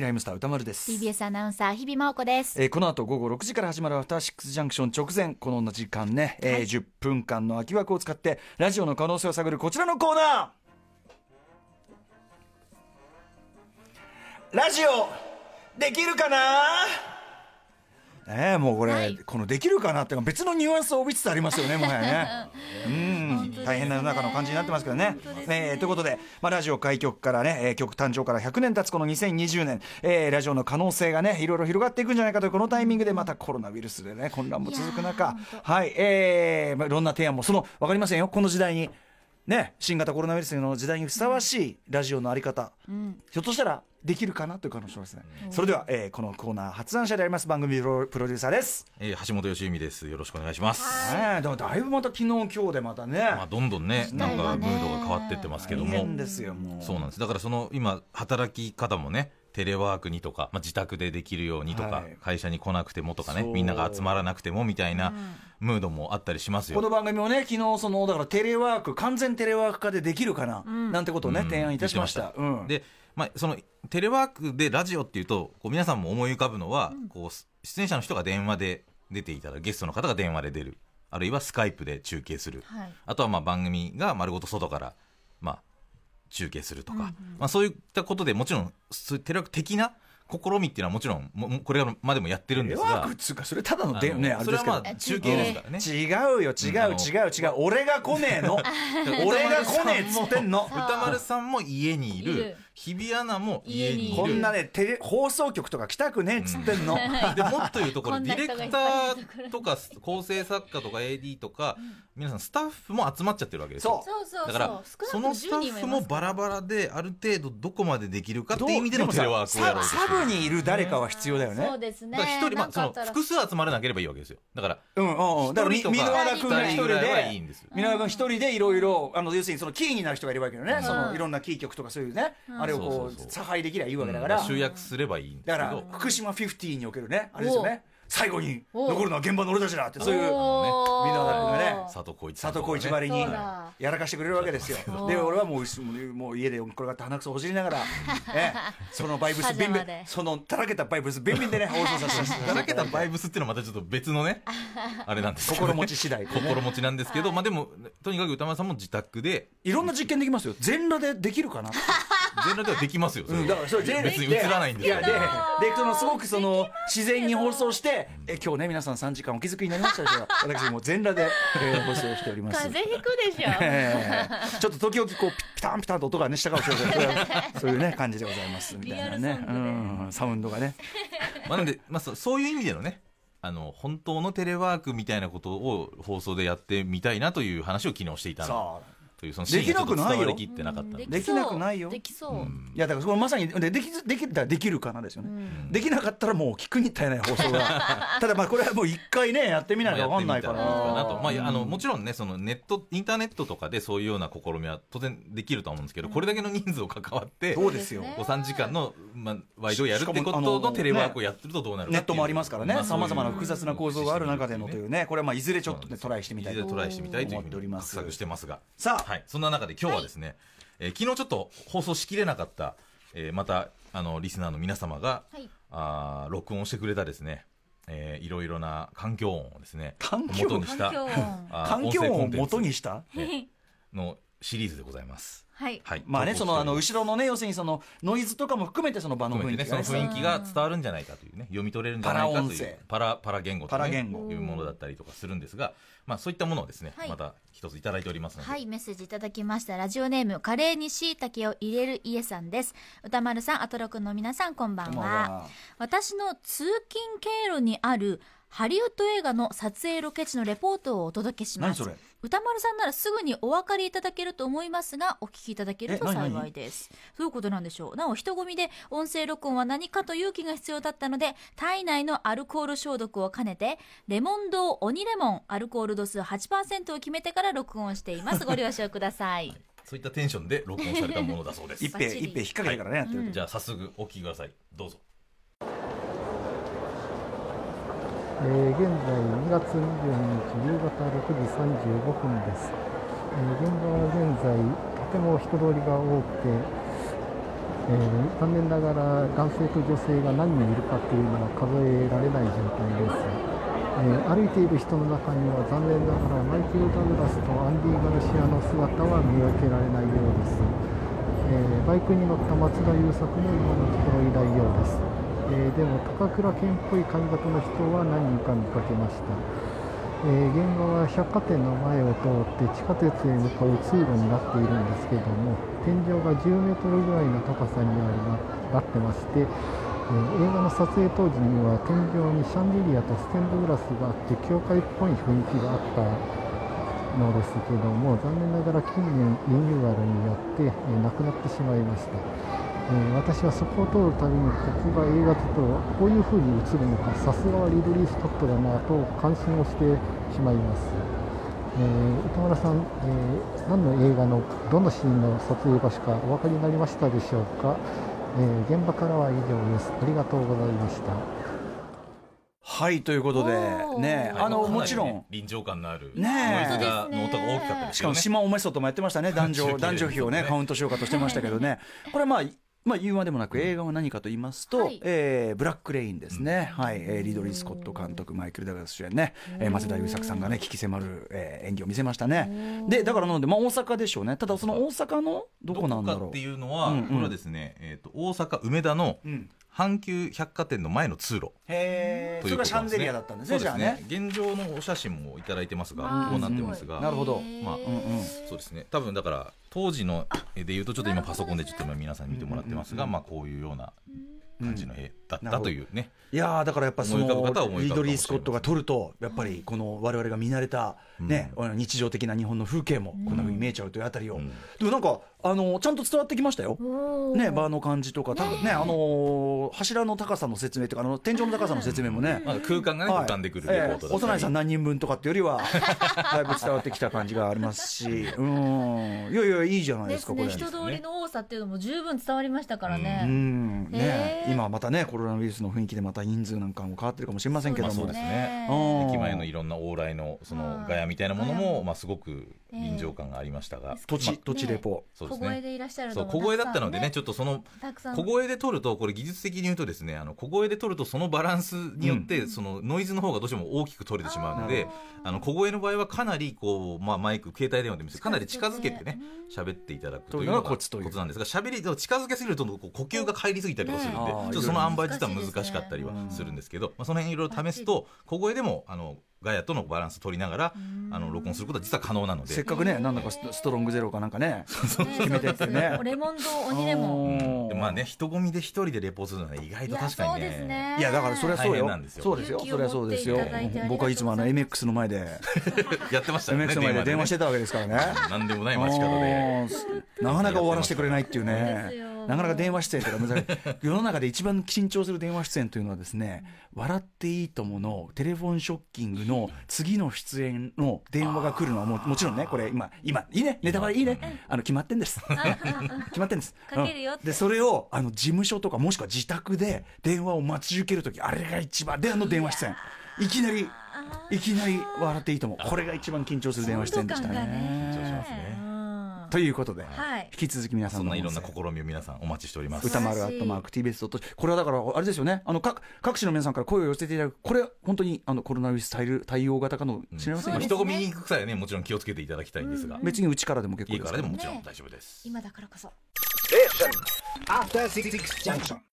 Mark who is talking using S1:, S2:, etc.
S1: ライムスター歌丸です
S2: TBS アナウンサー日々真央子です
S1: えーこの後午後6時から始まるアフターシックスジャンクション直前この時間ね、えー10分間の空き枠を使ってラジオの可能性を探るこちらのコーナーラジオできるかなえー、もうこれ、
S2: はい
S1: この「できるかな」っていうのは別のニュアンスを帯びつつありますよねもは やね。うん大変な世の中の感じになってますけどね。えーということで、まあ、ラジオ開局からね、えー局誕生から100年経つこの2020年、えーラジオの可能性がねいろいろ広がっていくんじゃないかというこのタイミングでまたコロナウイルスでね混乱も続く
S2: いやー
S1: 中
S2: 本
S1: はいえーまあ、いろんな提案もその分かりませんよこの時代に。ね、新型コロナウイルスの時代にふさわしいラジオのあり方、ひょっとしたらできるかなという可能性ですね、それでは、えーこのコーナー発案者であります番組プロプロデューサーです
S3: えー橋本良美です。よろしくお願いします。
S1: ねえでもだいぶまた昨日今日でまたね、
S3: まあ、どんどんね、
S2: 代
S3: なん
S2: は
S3: か
S2: ね
S3: ムードが変わってってますけど
S1: 大
S3: も
S1: 変。ですよもう
S3: そうなんです。だから、その今働き方もね。テレワークにとか、まあ、自宅でできるようにとか、
S1: はい
S3: 会社に来なくてもとかね
S1: そう
S3: みんなが集まらなくてもみたいなムードもあったりしますよ
S1: この番組もね昨日そのだからテレワーク完全テレワーク化でできるかな、なんてことをね、提案いたしました
S3: 言ってました
S1: うん
S3: で、まあ、そのテレワークでラジオっていうとこう皆さんも思い浮かぶのは、こう出演者の人が電話で出ていただくゲストの方が電話で出るあるいはスカイプで中継する、
S2: はい
S3: あとはまあ番組が丸ごと外から、まあ、中継するとか、まあ、そういったことでもちろんそういうテレワーク的な試みっていうのはもちろんももこれまでもやってるん
S1: テレ
S3: です
S1: ワー
S3: が
S1: クっつうかそれただの
S3: あ
S1: で
S3: の
S1: ねあれ
S3: そ
S1: で
S3: れ
S1: す
S3: は
S1: け
S3: ま
S1: ど
S3: あ中継ですからね。
S1: 違うよ違う
S3: うん
S1: 違う違う俺が来ねえの俺が来ねえっつってんの
S3: 歌丸さんも家にい
S2: い
S3: る
S2: る
S3: 日比アナも家にいる
S1: こんなねテレ放送局とか来たくねえっつってんの、
S3: でもっと言うとこ
S2: こ
S3: れ
S2: ん
S3: デ
S2: な
S3: ィ
S2: 人
S3: レ
S2: がいっ
S3: クタ
S2: ぱいいるところ
S3: ーとか構成作家とか AD とか皆さんスタッフも集まっちゃってるわけですよ
S1: そ
S2: そうそうそう
S3: だから
S2: 少
S3: そ
S2: な
S3: の
S2: く
S3: スタ
S2: 10人
S3: ッ
S2: もいま
S3: フも
S2: すか
S3: バラバラである程度どこまでできるかって
S1: どう
S3: いう意味でのテレワークをやろうとして
S1: でもさ
S3: る
S1: サブにいる誰かは必要だよ
S2: そ
S1: ね
S2: うですね
S3: だから一人ま
S2: な
S3: あ
S2: ん
S3: そ
S2: かあ
S3: の
S2: ったら
S3: 複数集まらなければいいわけですよだから
S1: うんうんうんだからみ
S3: 一人とか
S1: 箕輪田君が一
S3: 二人
S1: 人
S3: ぐらいはいい
S1: で
S3: んですよ
S1: 箕輪君一人でいろいろあの要するにそのキーになる人がいるわけよね、
S3: うん
S1: そのいろんなキー局とかそういうね、あれをこ
S3: そうそう
S1: う
S3: そう
S1: 差配できりゃいいわけだか、
S3: だからら集約すればいいんで
S1: だ
S3: す
S1: か
S3: け
S1: ら
S3: ど
S1: 福島50におけるねあれですよね最後に
S2: おう
S1: 残るのは現場の俺たちだってそういう
S3: お
S2: おー
S1: みんな誰かがね
S3: 佐藤浩市さん
S1: 里
S3: とか
S1: 子
S3: ね
S1: 一割に
S2: そうだ
S1: やらかしてくれるわけですよ
S2: そう
S1: で俺はもううしもう家で転がって鼻くそほじりながら、ええそのバイブ
S2: パ
S1: ス
S2: ジ
S1: ビ
S2: ャ
S1: ンビ
S2: マ
S1: ン
S2: で
S1: そのたらけたバイブスビンビンでね放送させて
S3: だらけた
S1: バ
S3: バイブスっていうのはまたちょっと別 のねあれなんですけどね
S1: 心持ち次第でね
S3: 心持ちなんですけど、まあでもとにかく歌丸さんも自宅で
S1: いろんな実験できますよ全裸でできるかなって
S3: 全裸ではできますよ。
S1: うん、だからそれ全
S3: 別に映らないんです
S1: い
S3: よ
S1: やででそのすごくその自然に放送してえ今日ね皆さん3時間お気づきになりましたでしょ うか私もう全裸で、えー放送しております
S2: 風邪ひくでしょ
S1: えーちょっと時々こうピピタンピタンと音がねしたかもしれませんけ どそういうね感じでございますみたいな
S2: リア
S1: ね
S2: ル
S1: う
S2: ソングで
S1: んサウンドがね
S3: まあ、なんで、まあ、そそういう意味でのね、あの、本当のテレワークみたいなことを放送でやってみたいなという話を昨日していたの。
S1: そ
S3: という、そのシーンがちょっ
S1: で
S3: と
S1: きなくな
S3: 伝
S1: いよ
S3: わりきってなかったので。
S1: できなくないよ
S2: できそう
S1: ういやだからそのまさにでできずできたらできるかなですよね、できなかったらもう聞くに耐えない放送 がただまあこれはもう一回ねやってみない
S3: まあ
S1: と分かんないから
S3: やってみたらいいかなとまあいや、あの、
S1: うん
S3: もちろんね、そのネット、インターネットとかでそういうような試みは当然できるとは思うんですけど、これだけの人数を関わって、
S1: そうですよ
S3: お3時間の、まあ、ワイドをやるって
S1: し
S3: こ
S1: か
S3: と
S1: もあの
S3: のテレワークをやってるとどうなるか
S1: ネ
S3: っ
S1: ッ
S3: てい
S1: ト
S3: う
S1: もありますからね
S3: まあ
S1: さまざまな複雑な構造がある中でのというねこれはまあいずれち
S3: ち
S1: ょっとねトライしてみたい
S3: トライしてみたいという
S1: 思っております
S3: 画策してますが。
S1: さあ
S3: はい。そんな中で今日はですね、えー昨日ちょっと放送しきれなかった、えーまた、あの、リスナーの皆様が、
S2: はい
S3: あー録音してくれたですね、えーいろいろな環境音をですね、
S1: 環境音
S3: 元にし
S2: 環
S3: た、
S2: 境音
S3: あー
S1: 環境音を元に
S3: 音
S1: した
S3: 声コンテンツねのシリーズでございます。
S2: はい
S3: はい。
S1: まあね、そのあの
S3: 投稿
S1: 後ろのね、要するにそのノイズとかも含めて、その場の
S3: 含
S1: 雰
S3: め
S1: 囲
S3: て
S1: 気
S3: ね、そ
S1: が
S3: の
S1: ね、
S3: 雰囲気が伝わるんじゃないかというね、読み取れるんじゃないか
S1: パ
S3: と
S1: ラ
S3: い
S1: 音
S3: う
S1: 声、
S3: パラ、パラ言語と
S1: パ
S3: か
S1: ラ
S3: ね
S1: 言語
S3: いうものだったりとかするんですが、まあそういったものをですね
S2: は、い
S3: また一ついただいておりますので、
S2: はい、メッセージいただきました。ラジオネーム、カレーに椎茸を入れる家さんです。歌丸さん、アトロクの皆さん、こんばん
S1: こんばんは
S2: は。私の通勤経路にある、ハリウッド映画の撮影ロケ地のレポートをお届けします。
S1: 何それ
S2: 歌丸さんならすぐにお分かりいただけると思いますが、お聞きいただけると
S1: え何何
S2: 幸いです。どういうことなんでしょうなお、人混みで音声録音は何かと勇気が必要だったので、体内のアルコール消毒を兼ねて、レモン堂鬼レモン、アルコール度数8%を決めてから録音してい ます。ご了承ください。
S3: そういったテンションで録音されたもの だそうです
S1: 一。平、
S2: バッチリ
S1: 一平引っ掛けてからね、やってる
S3: じゃあ早速お聞きください。どうぞ。
S4: えー現在2月22日夕方6時35分です、えー現場は現在とても人通りが多くてえー残念ながら男性と女性が何人いるかというのは数えられない状態です、えー歩いている人の中には残念ながらマイケル・ダグラスとアンディ・ガルシアの姿は見分けられないようです、えーバイクに乗った松田優作も今のところいないようです、えーでも高倉健っぽい髪型の人は何人か見かけましたえー現場は百貨店の前を通って地下鉄へ向かう通路になっているんですけども天井が10メートルぐらいの高さにありまなってまして、えー映画の撮影当時には天井にシャンデリアとステンドグラスがあって教会っぽい雰囲気があったのですけども残念ながら近年リニューアルによって、えーなくなってしまいました、えー私はそこを通るたびにここが映画だとはこういう風に映るのかさすがはリドリー・スコットだなと感心をしてしまいます、えー、歌村さん、えー何の映画のどのシーンの撮影場所かお分かりになりましたでしょうか、えー現場からは以上ですありがとうございました
S1: はいということで
S2: おー
S1: ね
S2: はい
S1: あの
S3: かなりね
S1: もちろん
S3: 臨場感のある
S1: ねえ
S3: ノイズがの音が大きかったです
S1: し
S3: けど
S1: かも
S3: ね
S1: 島おめそともやってましたね男
S3: 中継
S1: 女
S3: ですね
S1: 男女比をねカウントしようかとしてましたけどねこれまあまあ言うまでもなく映画は何かと言いますと、
S2: はい
S1: えーブラックレインですね、はいえーリドリー・スコット監督マイケル・ダグラス主演ね、えー、松田優作さんがね鬼気迫る、えー演技を見せましたねでだからなので、まあ、大阪でしょうねただその大阪のどこなんだ
S3: どこ
S1: ろ
S3: かっ
S1: う
S3: ていうのは、
S1: うんうん
S3: これはですね、えー、と大阪梅田の
S1: うん
S3: 阪急百貨店の前の通路
S1: へえ
S3: と
S1: そ
S3: いう
S1: れが
S3: ことです
S1: シ
S3: ね
S1: ャンデリアだったんですねじゃ
S3: そ
S1: あ
S3: う
S1: ね
S3: ですね現状のお写真もいただいてます
S2: わ
S3: が
S2: あ
S3: こうなってますが
S1: なるほど
S2: へー
S3: まあ
S1: うんうん
S3: そうですね多分だから当時の絵でいうとちょっと今パソコンでちょっと今皆さんに見てもらってますが、
S1: うんうん
S3: まあ、こういうような感じの絵だ
S1: うん
S3: ったというね、
S1: いやーだからやっぱその
S3: 思い浮かぶ方は思い浮
S1: リ
S3: か
S1: ド
S3: ぶか
S1: リー・
S3: もしれません
S1: スコットが撮るとやっぱりこの我々が見慣れた、ねあの日常的な日本の風景もこんな風に見えちゃうというあたりを、
S3: うん
S1: でもなんかあのちゃんと伝わってきましたよ。
S2: おー
S1: ね、バーの感じとか、多分ね、あのー柱の高さの説明とか、あの天井の高さの説明もね。
S3: まあ、空間がね
S1: はい
S3: 浮かんでくるレポート
S1: ええ
S3: だった
S1: 幼い
S3: り、
S1: さん何人分とかってより はだいぶ伝わってきた感じがありますしうんいやいやいいじゃないで
S2: ですす
S1: かこれ
S2: ね人通りの多さっていうのも十分伝わりましたから
S1: う
S2: ね、
S1: んね
S2: へえ
S1: 今またねコロナウイルスの雰囲気でまた人数なんかも変わってるかもしれませんけども、
S3: まあそうですね
S1: うん
S3: 駅前のいろんな往来のそのガヤみたいなもの
S2: はいガ
S3: も、
S2: ヤ
S3: まあ、すごく臨場感がありましたが、
S1: 土地
S3: ま
S1: 土地レポ、
S3: そうです
S2: 小声
S3: ね
S2: でいらっしゃる
S3: そ
S2: の
S3: う
S2: も
S3: 小声だったのでねち
S2: ょ
S3: ょっとその
S2: たくさん
S3: 小声で撮るとこれ技術的に言うとですねあの小声で撮るとそのバランスによって、そのノイズの方がどうしても大きく取れてしまうのであの小声の場合はかなりこう、まあ、マイク携帯電話で見せるかなり近づけてね喋っていただくという
S1: という
S3: の
S1: のが
S3: が
S1: コツという
S3: コツなんですが喋りを近づけすぎるとこう呼吸が入りすぎたりとかするんで、
S1: ねあー
S3: ちょっとその塩梅自体は難しかったりはするんですけど、まあ、その辺いろいろ試すと小声でもあのガヤとのバランス取りながらあの録音することは実は可能なので
S1: せっかくね、なんだかストストロングゼロかなんかね、
S2: 決
S1: めてってね
S2: レモンド鬼レモン
S3: でまあね人混みで一人でレポートするのはね意外
S2: い
S3: と
S2: や
S3: 確か
S2: そう
S3: に
S2: です
S3: ね。
S2: ね
S1: いやだからそれはそう
S3: 大変
S1: よ
S3: なんですよ
S1: そうですよそれはそうですよ
S2: 勇気を持っていただいてありがとうございます
S1: 僕はいつもあの MX の前 で
S3: やってましたよね。
S1: MX の前で電話して
S3: た。
S1: たわけですからね
S3: なんでもない
S1: あ
S3: 街角で。
S1: ーなかなか終わらせてくれないっていう
S2: そうで
S1: ね
S2: すよ
S1: なかなか電話出演とか難しい世の中で一番緊張する電話出演というのはですね「笑っていいとも」のテレフォンショッキングの次の出演の電話が来るのはもうもちろんねこれ今今いいねネタバレいいねあの決まってんです決まってんです
S2: かけるよ
S1: う
S2: っ
S1: ん
S2: て
S1: でそれをあの事務所とかもしくは自宅で電話を待ち受けるときあれが一番であの電話出演いきなりいきなり「笑っていいとも」これが一番緊張する電話出演でした
S2: 温度
S1: ね
S2: 感がね
S3: 緊張しますね
S2: うん
S1: ということで、
S2: はい
S1: 引き続き皆さ
S3: そ
S1: ん
S3: ん
S1: の
S3: ないろんな
S1: 音声
S3: 試みを皆さんお待ちしております。
S1: 歌丸アットマーク TBS とこれはだからあれですよねあの各各種の皆さんから声を寄せていただくこれ本当にあのコロナウイルス対応対応型かの知りません
S3: ま
S1: よ、
S3: あ
S2: そうですね
S3: 人混みに行く際はねもちろん気をつけていただきたいんですが、
S1: 別にうちからでも結構
S3: 家
S1: で
S3: か
S1: す
S3: ら
S1: ら
S3: でももちろん大丈夫です。
S2: 今だからこそ
S5: After Six Junction.